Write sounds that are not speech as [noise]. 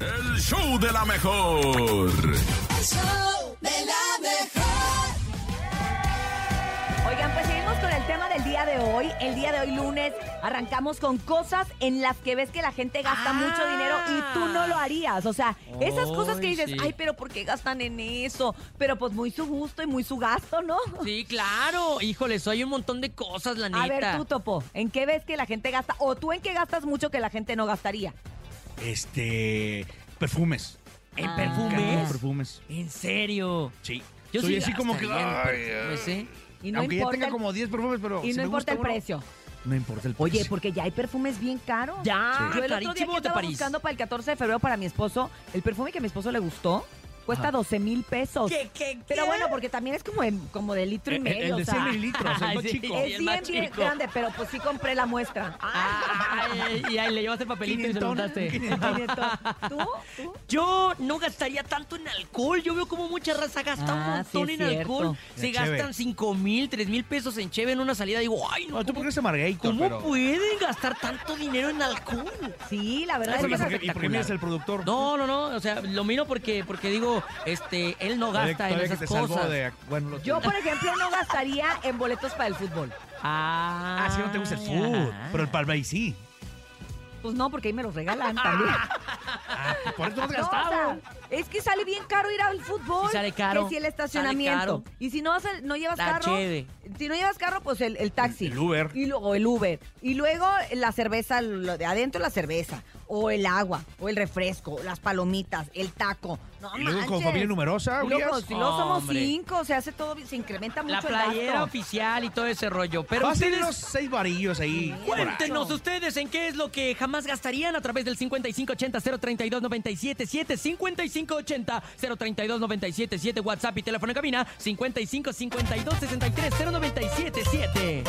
El show de la mejor. El show de la mejor. Oigan, pues seguimos con el tema del día de hoy. El día de hoy, lunes, arrancamos con cosas en las que ves que la gente gasta Ah. mucho dinero y tú no lo harías. O sea, esas cosas que Ay, dices, sí. ay, pero ¿por qué gastan en eso? Pero pues muy su gusto y muy su gasto, ¿no? Sí, claro. Híjole, soy un montón de cosas, la neta. A ver, tú, Topo, ¿en qué ves que la gente gasta? ¿O tú en qué gastas mucho que la gente no gastaría? Este. Perfumes. ¿En Ah. Encanto los perfumes? perfumes. ¿En serio? Sí. Yo Soy sí así gasto como que. bien en "Ay, perfumes, ¿eh? Y no Aunque ya importa, tenga el- como 10 perfumes, pero. y si no me gusta importa el uno, precio. No importa el precio. Oye, porque ya hay perfumes bien caros. Ah, Ya, Yo el otro día que carísimo de estaba París. buscando para el 14 de febrero para mi esposo, el perfume que a mi esposo le gustó cuesta Ajá. 12 mil pesos. ¿Qué, qué, Pero bueno, porque también es como de, como de litro y El- medio. Eh, El, el o de sea, Eh, 100 [laughs] mililitros, el más Sí. chico. Ah, Y es el bien, más bien chico. grande, pero pues sí compré la muestra. Ah. ¡ah! Ay, y ahí le llevas el papelito y se Quinientón, lo untaste. quinientón. ¿Tú? ¿Tú? Yo no gastaría tanto en alcohol. Yo veo como mucha raza gasta un Ah, sí, montón es en alcohol. cierto. Se En cheve. gastan 5 mil, 3 mil pesos en cheve en una salida. Digo, ay, no. No, tú ¿cómo- porque eres amargator, ¿Cómo pero. pueden gastar tanto dinero en alcohol? Sí, la verdad Oye, es que ¿y es por qué- ¿Y por qué miras espectacular. el productor? No, no, no. O sea, lo miro porque, porque digo, este, él no Todavía- gasta en todavía esas que te salvó cosas. de- bueno, lo- Yo, por ejemplo, no gastaría en boletos para el fútbol. Ah, Ah, si no te gusta el fútbol. Pero el Palmay sí. Pues no, porque ahí me [laughs] los regalan también. Ah, por eso no has No, o sea, gastado. es que sale bien caro ir al fútbol. Sí sale caro, Que si el sale estacionamiento. caro. Y si no, vas al- no llevas La carro. cheve. Si no llevas carro, pues el, el taxi. El Uber. Y luego el Uber. Y luego la cerveza, lo de adentro la cerveza. O el agua. O el refresco. Las palomitas. El taco. No, Y luego con manches. familia numerosa, Y luego, Urias. si no somos Hombre. cinco, se hace todo, se incrementa mucho La el playera gasto. oficial y todo ese rollo. Pero Pero ustedes. los seis varillos ahí. por ahí. Cuéntenos ustedes en qué es lo que jamás gastarían a través del 5580-032-977, 5580-032-977, WhatsApp y teléfono en cabina, 5552-630977.